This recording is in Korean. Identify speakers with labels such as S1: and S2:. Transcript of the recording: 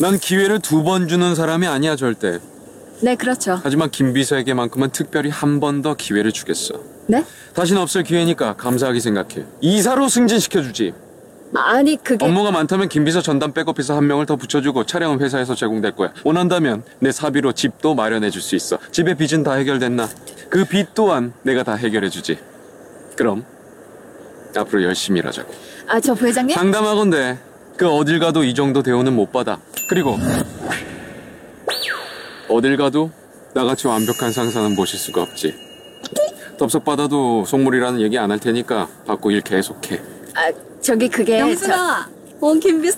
S1: 난 기회를 두 번 주는 사람이 아니야 절대.
S2: 네, 그렇죠.
S1: 하지만 김비서에게만큼은 특별히 한 번 더 기회를 주겠어.
S2: 네?
S1: 다신 없을 기회니까 감사하게 생각해. 이사로 승진시켜주지.
S2: 아니, 그게
S1: 업무가 많다면 김비서 전담 백업에서 한 명을 더 붙여주고 차량은 회사에서 제공될 거야. 원한다면 내 사비로 집도 마련해줄 수 있어. 집의 빚은 다 해결됐나? 그 빚 또한 내가 다 해결해주지. 그럼 앞으로 열심히 일하자고.
S2: 아, 저 부회장님?
S1: 장담하건대 그 어딜 가도 이 정도 대우는 못 받아. 그리고 어딜 가도 나같이 완벽한 상사는 모실 수가 없지. 덥석 받아도 속물이라는 얘기 안 할 테니까 받고 일 계속해.
S2: 아, 저기 그게 저-
S3: 영순아, 온 김비서.